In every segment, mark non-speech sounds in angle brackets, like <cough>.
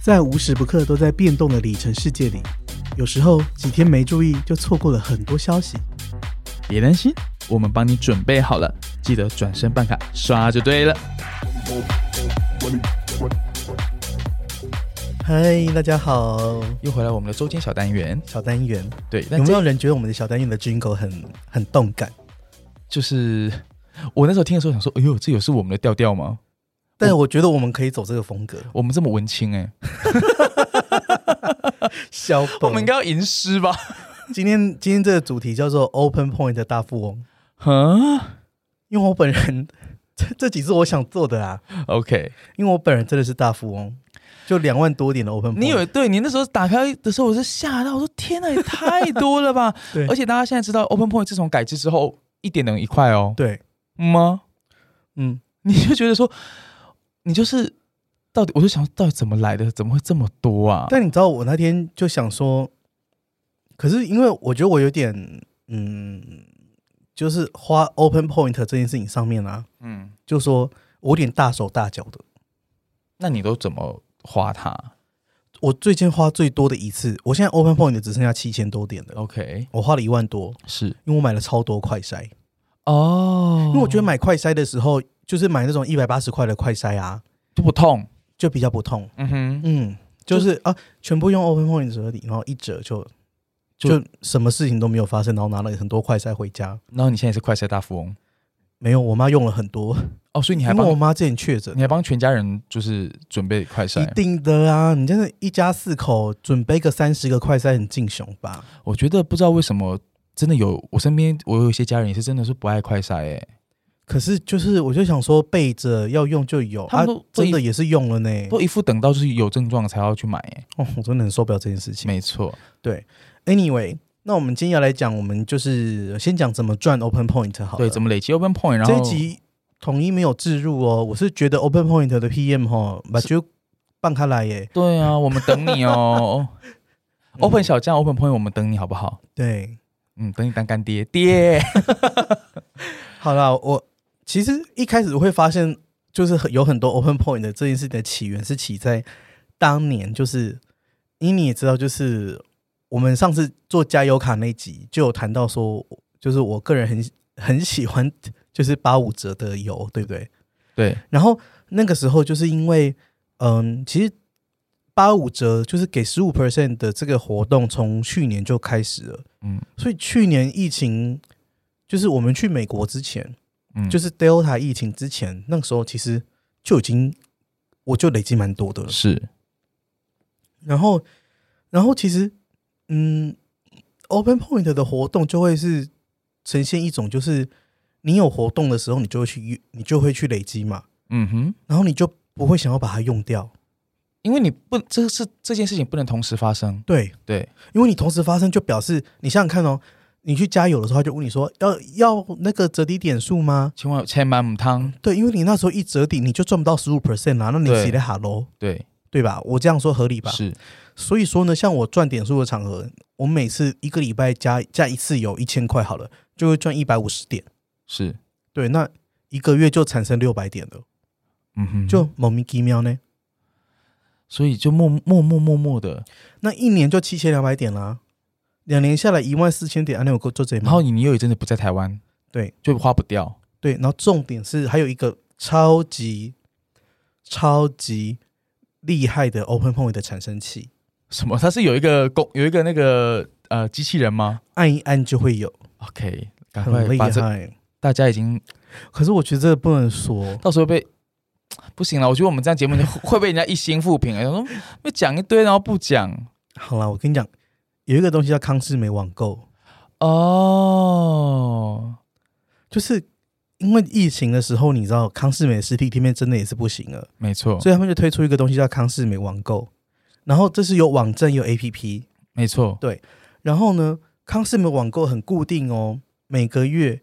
在无时不刻都在变动的里程世界里，有时候几天没注意就错过了很多消息。别担心，我们帮你准备好了，记得转身办卡刷就对了。嗨，大家好，又回来我们的周间小单元，小单元对，那有没这有人觉得我们的小单元的 jingle 很很动感？就是我那时候听的时候想说，哎呦，这有是我们的调调吗？但我觉得我们可以走这个风格，我们这么文青哎、 <laughs> 小 <laughs> 我本。们应该要吟诗吧？ <laughs> 今天今天这个主题叫做 Open Point 的大富翁，啊因为我本人这这几次我想做的啊， ，OK，因为我本人真的是大富翁，就两万多点的 Open Point。！你以为对你那时候打开的时候，我是吓到，我说天哪，也太多了 <laughs> 吧对而且大家现在知道 Open Point 自从改制之后，一点等于一块哦，对，嗯 <laughs> 吗？嗯，你就觉得说，你就是到底，我就想到底怎么来的，怎么会这么多啊？但你知道我那天就想说，可是因为我觉得我有点嗯，就是花 Open Point 这件事情上面啊，嗯，就说我有点大手大脚的。那你都怎么花它我最近花最多的一次，我现在 Open Point 只剩下七千多点了， ？OK，我花了一万多，是因为我买了超多快筛。哦，因为我觉得买快筛的时候，就是买那种一百八十块的快筛啊，就不痛，就比较不痛。嗯哼，嗯，就是啊，全部用 Open Point 折抵，然后一折就就就什么事情都没有发生，然后拿了很多快筛回家。然后你现在是快筛大富翁没有，我妈用了很多，哦，所以你因还为帮我妈之前确诊，你还帮全家人就是准备快一筛，定的啊！你真的一家四口准备个三十个快筛，很敬雄吧？我觉得不知道为什么。真的有，我身边我有一些家人也是真的是不爱快筛哎、可是就是，我就想说备着要用就有，他们都啊、真的也是用了呢。都一副等到就是有症状才要去买哎、哦，我真的很受不了这件事情。没错， Anyway，那我们今天要来讲，我们就是先讲怎么赚 Open Point 好了。对，怎么累积 open point，然后这一集统一没有置入哦，我是觉得 Open Point 的 PM 哈，把就办开来耶。对啊，我们等你哦。Open 小将，Open 朋友，我们等你好不好？对，嗯，等你当干爹爹。好啦，我其实一开始我会发现，就是很有很多 Open Point 的这件事情的起源是起在当年，就是因为你也知道，就是我们上次做加油卡那一集就有谈到说，就是我个人很很喜欢就是八五折的油，对不对？对，然后那个时候就是因为，嗯，其实八五折就是给十五 percent 的这个活动，从去年就开始了。嗯所以去年疫情，就是我们去美国之前，嗯，就是是 Delta 疫情之前，那个时候其实就已经我就累积蛮多的了。是然后，然后其实，嗯，Open Point 的活动就会是呈现一种，就是你有活动的时候，你就会去，你就会去累积嘛，嗯哼，然后你就不会想要把它用掉。因为你不，这是这件事情不能同时发生。对，对，因为你同时发生，就表示你想想看哦，你去加油的时候，他就问你说要要那个折抵点数吗？千万千万母汤。对，因为你那时候一折抵，你就赚不到十五 percent 啦，那你对写的哈喽，对，对吧？我这样说合理吧？是所以说呢，像我赚点数的场合，我每次一个礼拜加加一次油一千块好了，就会赚一百五十点。是，对，那一个月就产生六百点了，嗯哼，就莫名其妙呢。所以就默默默默默的，那一年就七千两百点啦，两年下来一万四千点，啊，那有够做这吗？然后你你又真的不在台湾，对，就花不掉。对，然后重点是还有一个超级超级厉害的 Open Point 的产生器，什么？它是有一个工，有一个那个呃机器人吗按一按就会有， ？OK，赶很啊快厉把这，害。大家已经可是我觉得这个不能说，到时候被不行了，我觉得我们这样节目就 <laughs> 会被人家一心复评，然后会嗯讲一堆，然后不讲好啦，我跟你讲，有一个东西叫康世美网购，哦。就是因为疫情的时候，你知道康世美的实体店面真的也是不行了，没错，所以他们就推出一个东西叫康世美网购，然后这是有网站有 APP，没错，然后呢，康世美网购很固定哦，每个月，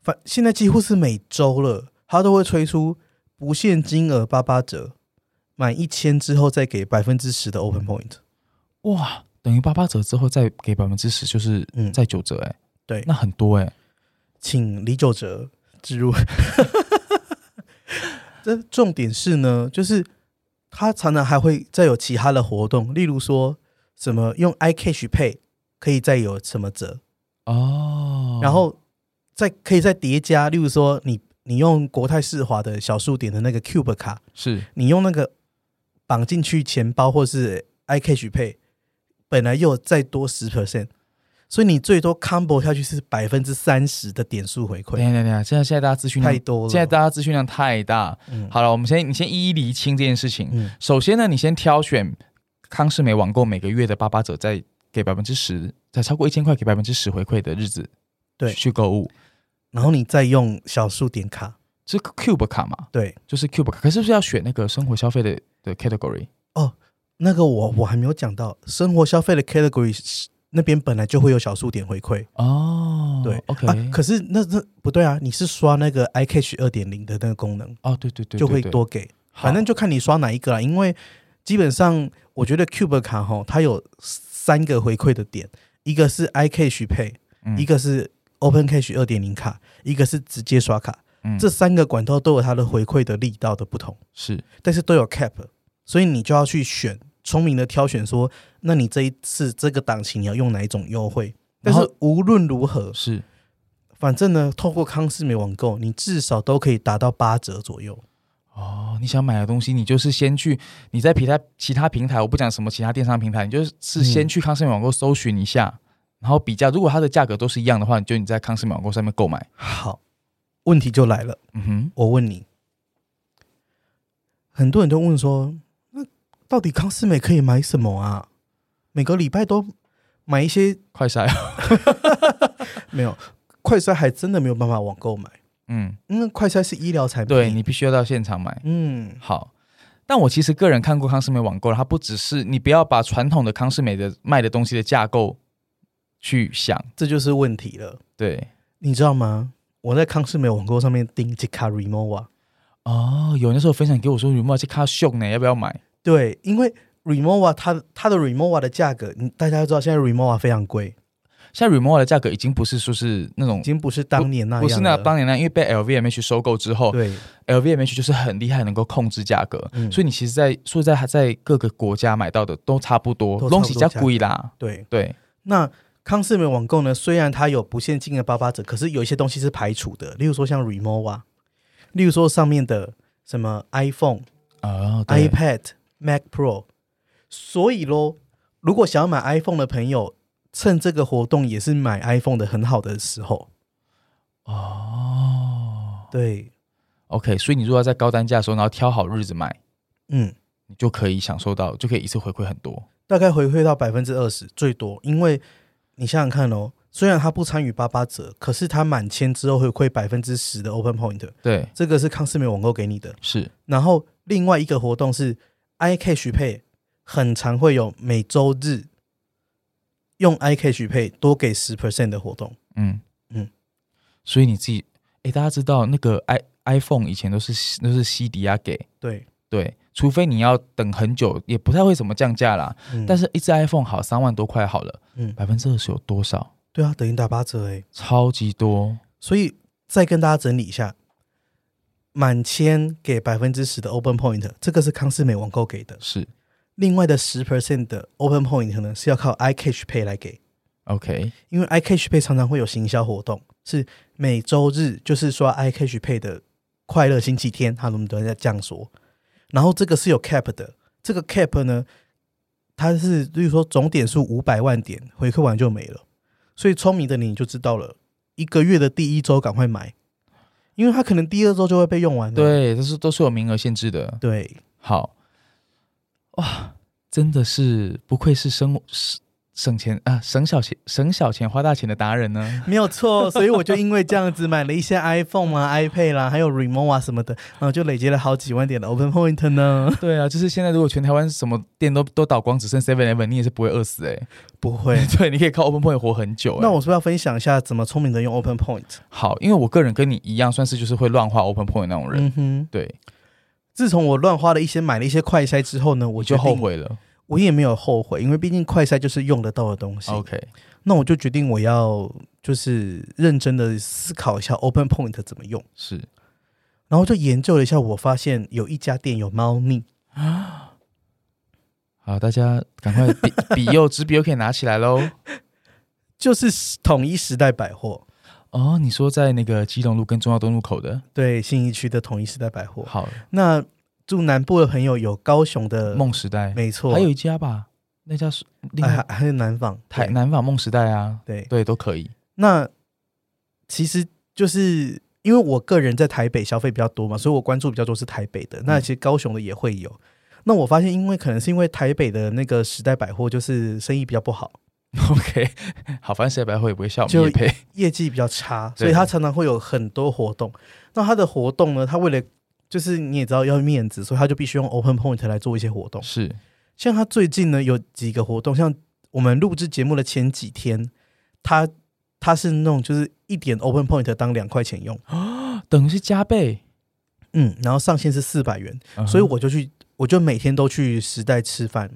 反现在几乎是每周了，它都会推出不限金额八八折，满一千之后再给百分之十的 Open Point。哇，等于八八折之后再给百分之十，就是嗯再九折、哎、对那很多哎、请李九哲 <laughs> 植入。这重点是呢，就是它常常还会再有其他的活动，例如说什么用 iCash Pay 可以再有什么折，哦，然后再可以再叠加，例如说你你用国泰世华的小数点的那个 Cube 卡，是你用那个绑进去钱包或是 iCash Pay，本来又有再多十 percent，所以你最多 combo 下去是百分之三十的点数回等一馈，下等一下，现在现在大家资讯量太，多了。嗯现在大家资讯量太大。嗯好了，我们先你先一一厘清这件事情。嗯首先呢，你先挑选康世美网购每个月的八八折，再给百分之十，再超过一千块给百分之十回馈的日子，对去购物。然后你再用小数点卡，是 Cube 卡嘛？对，就是 Cube 卡，可是不是要选那个生活消费的的 category？那个我我还没有讲到生活消费的 category 是那边本来就会有小数点回馈，哦，对、 ，OK，、啊。可是那那不对啊，你是刷那个 iCash 二点零的那个功能，哦，对对对就会，对对多给，好反正就看你刷哪一个啦。因为基本上我觉得 Cube 卡哈，它有三个回馈的点，一个是 iCash Pay，、嗯一个是 OpenCash 二点零卡，一个是直接刷卡，嗯这三个管道都有它的回馈的力道的不同。是但是都有 cap，所以你就要去选聪明的挑选说，那你这一次这个档期你要用哪一种优惠？但然后是无论如何，是反正呢，透过康斯美网购，你至少都可以达到八折左右。哦，你想买的东西，你就是先去你在其他其他平台，我不讲什么其他电商平台，你就是是先去康师美网购搜寻一下，然后比价，如果它的价格都是一样的话，你就你在康师美网购上面购买。好，问题就来了，嗯哼，我问你，很多人都问说，那到底康斯美可以买什么啊？每个礼拜都买一些快筛，啊没有，快筛还真的没有办法网购买，嗯，因为快筛是医疗产品。对你必须要到现场买。嗯，好，但我其实个人看过康师美网购，它不只是你不要把传统的康师美的卖的东西的架构去想，这就是问题了。对。你知道吗？我在康士美网购上面订 j i k a Remova，哦，有那时候分享给我说，有没有去看秀呢？要不要买？对，因为 Remova 它它的 Remova 的价格，你大家都知道现在 Remova 非常贵，现在 Remova 的价格已经不是说是那种已经不是当年那样不是那了当年那样，因为被 LVMH 收购之后对， ，LVMH 就是很厉害，能够控制价格，嗯所以你其实在，说实在，它在各个国家买到的都差不都多差不，多东西比较贵啦。对。对，那康士美网购呢，虽然它有不限金额八八折，可是有一些东西是排除的，例如说像 Remova，例如说上面的什么 iPhone、哦，对 iPad、Mac Pro，所以咯，如果想要买 iPhone 的朋友，趁这个活动也是买 iPhone 的很好的时候。哦对， ，OK，所以你如果要在高单价的时候，然后挑好日子买，嗯，你就可以享受到，就可以一次回馈很多。大概回馈到百分之二十最多，因为你想想看哦，虽然它不参与八八折，可是它满千之后回馈百分之十的 Open Point，对，这个是康斯美网购给你的。是然后另外一个活动是 iCash Pay，很常会有每周日用 iCash Pay 多给十 percent 的活动。嗯嗯嗯，所以你自己，哎，大家知道那个 i iPhone 以前都是都是西迪亚给，对，对，除非你要等很久，也不太会怎么降价啦。嗯但是一只 iPhone 好三万多块好了，嗯，百分之二十有多少？对啊，等于打八折哎、超级多，所以再跟大家整理一下，满千给百分之十的 Open Point，这个是康斯美网购给的。是另外的十 percent 的 Open Point 呢是要靠 iCash Pay 来给， OK 因为 iCash Pay 常常会有行销活动，是每周日就是刷 iCash Pay 的快乐星期天，他们都在这样说。然后这个是有 cap 的，这个 cap 呢，它是例如说总点数五百万点，回馈完就没了。所以聪明的你就知道了，一个月的第一周赶快买，因为它可能第二周就会被用完了。对，都是都是有名额限制的。对，好，哇，真的是不愧是生省省钱啊，省小钱省小钱花大钱的达 <laughs> 人呢。没有错，所以我就因为这样子买了一些 iPhone 啊、iPad 啦、还有 Remote 啊什么的，然后就累积了好几万点的 Open Point 呢。对啊，就是现在如果全台湾什么店都都倒光，只剩 Seven Eleven，你也是不会饿死哎、不会， <laughs> 对，你可以靠 Open Point 活很久、欸。那我是不是要分享一下怎么聪明的用 Open Point？好，因为我个人跟你一样，算是就是会乱画 Open Point 那种人。嗯哼，对，自从我乱花了一些买了一些快筛之后呢，我我就决定后，悔了。我也没有后悔，因为毕竟快筛就是用得到的东西。 OK，那我就决定我要就是认真的思考一下 Open Point 怎么用，是然后就研究了一下，我发现有一家店有猫腻，好，大家赶快 <laughs> 笔笔又纸笔又可以拿起来喽。就是统一时代百货，哦，你说在那个基隆路跟中央东路口的，对，信义区的统一时代百货。好，那住南部的朋友有高雄的，梦时代，呃没错，还有一家吧，那家是另哎外还还有南纺台对南法梦时代啊，对对，都可以。 <laughs> 那其实就是因为我个人在台北消费比较多嘛，所以我关注比较多是台北的。那其实高雄的也会有。那我发现，因为可能是因为台北的那个时代百货就是生意比较不好， OK，好，反正谁白会也不会笑我就们业配。业绩比较差，对所以它常常会有很多活动。那它的活动呢，它为了就是你也知道要面子，所以它就必须用 Open Point 来做一些活动。是像他最近呢有几个活动，像我们录制节目的前几天，他他是那种就是一点 Open Point 当两块钱用，等于是加倍，嗯，然后上限是四百元，嗯哼所以我就去，我就每天都去时代吃饭，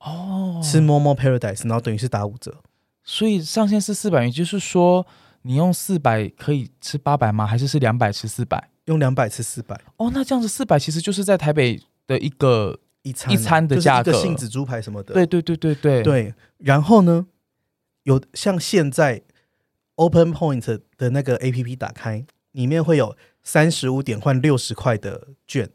哦吃 Momo Paradise，然后等于是打五折，所以上限是四百元，就是说你用四百可以吃八百吗？还是是两百吃四百？用两百吃四百哦，那这样子四百其实就是在台北的一个，一餐啊，一餐的就是价格一个杏子猪排什么的，对对对对对，对。然后呢，有像现在 Open Point 的那个 A P P 打开，里面会有三十五点换六十块的券。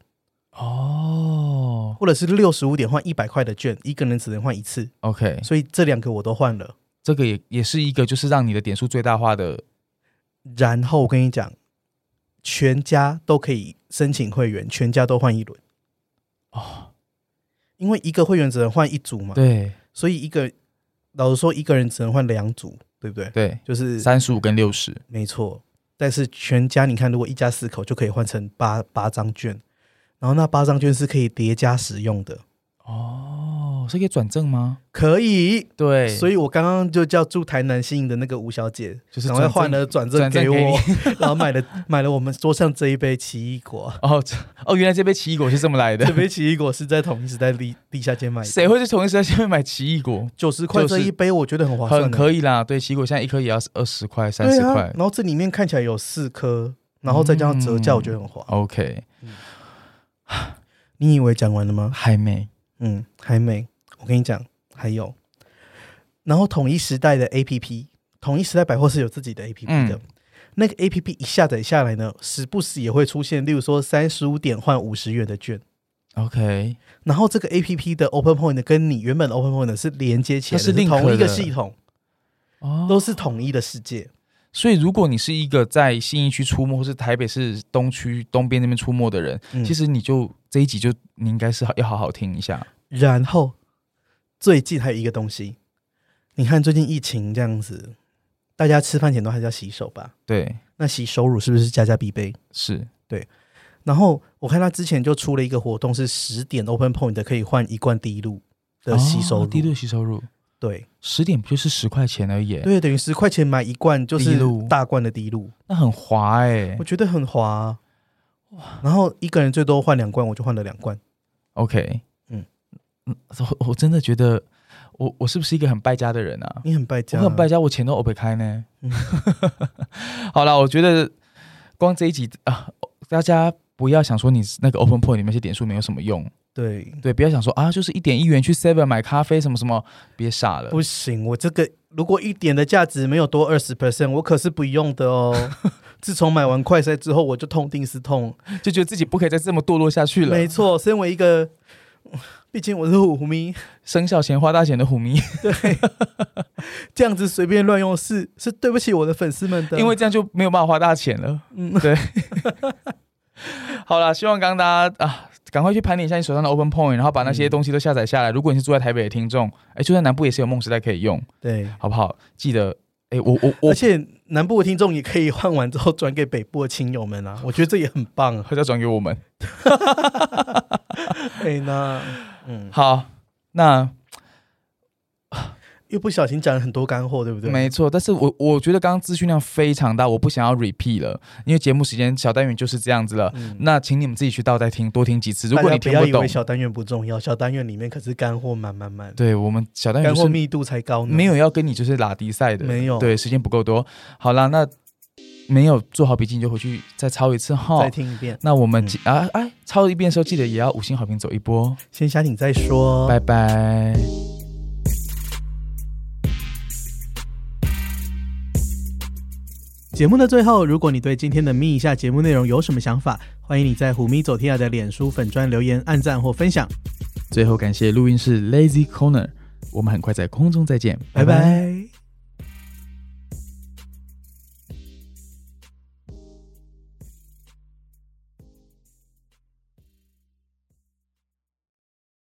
哦或者是六十五点换一百块的券，一个人只能换一次， ，OK，所以这两个我都换了。这个也也是一个就是让你的点数最大化的然后我跟你讲，全家都可以申请会员，全家都换一轮，哦，因为一个会员只能换一组嘛，对所以一个老实说，一个人只能换两组，对不对？对，就是三十五跟六十，没错。但是全家，你看，如果一家四口就可以换成八八张券，然后那八张券是可以叠加使用的，哦，是可以转正吗？可以。对，所以以我刚刚就叫住台南新营的那个吴小姐，就是赶快转正换了转正转正给我给， <laughs> 然后买了买了我们桌上这一杯奇异果。哦这哦，原来这杯奇异果是这么来这的，杯奇异果是在统一时代地地下街买的，谁会在同一时间下面买奇异果？九十块这一杯，我觉得很划算，很可以，以啦，对，奇异果现在一颗也要二十块、三对十啊。块然后这里面看起来有四颗，然后再加上折价，嗯我觉得很划。 ，OK，你以为讲完了吗？还没嗯，还没。我跟你讲，还有，然后统一时代的 APP，统一时代百货是有自己的 APP 的。嗯那个 A P P 一下载下来呢，时不时也会出现，例如说三十五点换五十元的券， ，OK，然后这个 A P P 的 Open Point 跟你原本的 Open Point 是连接起来的，它是 link 同一个的系统，哦，都是统一的世界。所以如果你是一个在信义区出没，或是台北市东区东边那边出没的人，嗯其实你就这一集就你应该是要好好听一下。然后最近还有一个东西，你看最近疫情这样子，大家吃饭前都还是要洗手吧？对，那洗手乳是不是家家必备？是然后我看他之前就出了一个活动，是十点 Open Point 的可以换一罐滴露的吸收哦乳，低度吸收入，对十点不就是十块钱而已耶，对，等于十块钱买一罐就滴是露大罐的滴露，那很划哎我。觉得很划、啊。然后一个人最多换两罐，我就换了两罐。 OK，嗯嗯嗯，我我真的觉得我我是不是一个很败家的人啊？你很败我家，很败家，我钱都欧不开呢嗯。 <laughs> 好啦，我觉得光这一集啊，大家不要想说你那嗯个 Open Point 里面些点数没有什么用，对，对，不要想说啊，就是一点一元去 Seven 买咖啡什么什么，别傻了。不行，我这个如果一点的价值没有多二十 percent，我可是不用的 <laughs> 哦。自从买完快筛之后，我就痛定思痛。就觉得自己不可以再这么堕落下去了没。错，身为一个，毕竟我是虎迷，生小钱花大钱的虎迷，这样子随便乱用是是对不起我的粉丝们的。因为这样就没有办法花大钱了。嗯 <laughs> 对。好啦，希望刚刚大家啊，赶快去盘点一下你手上的 Open Point，然后把那嗯些东西都下载下来。如果你是住在台北的听众，哎，就在南部也是有梦时代可以用，对，好不好？记得，哎，我我而 <laughs> 我且南部的听众也可以换完之后转给北部的亲友们啊，我觉得这也很棒 <laughs> 啊。会再转给我们。哎对那嗯，好，那又不小心讲了很多干货，对不对？没错，但是我我觉得刚刚资讯量非常大，我不想要 repeat 了，因为节目时间小单元就是这样子了。嗯那请你们自己去倒带听，多听几次。如大果家你不听要以懂为，小单元不重要，小单元里面可是干货满满满，对我们小单元干就货是密度才高呢。没有要跟你就是拉迪赛的，没有对，时间不够多。好啦，那没有做好笔记，你就回去再抄一次哈再。听嗯一遍，那我们记、啊哎，抄一遍的时候记得也要五星好评走一波，先下停再说，拜拜。节目的最后，如果你对今天的咪一下节目内容有什么想法，欢迎你在虎咪走天涯的脸书粉砖留言、按赞或分享。最后感谢录音室 Lazy Corner，我们很快在空中再见，拜拜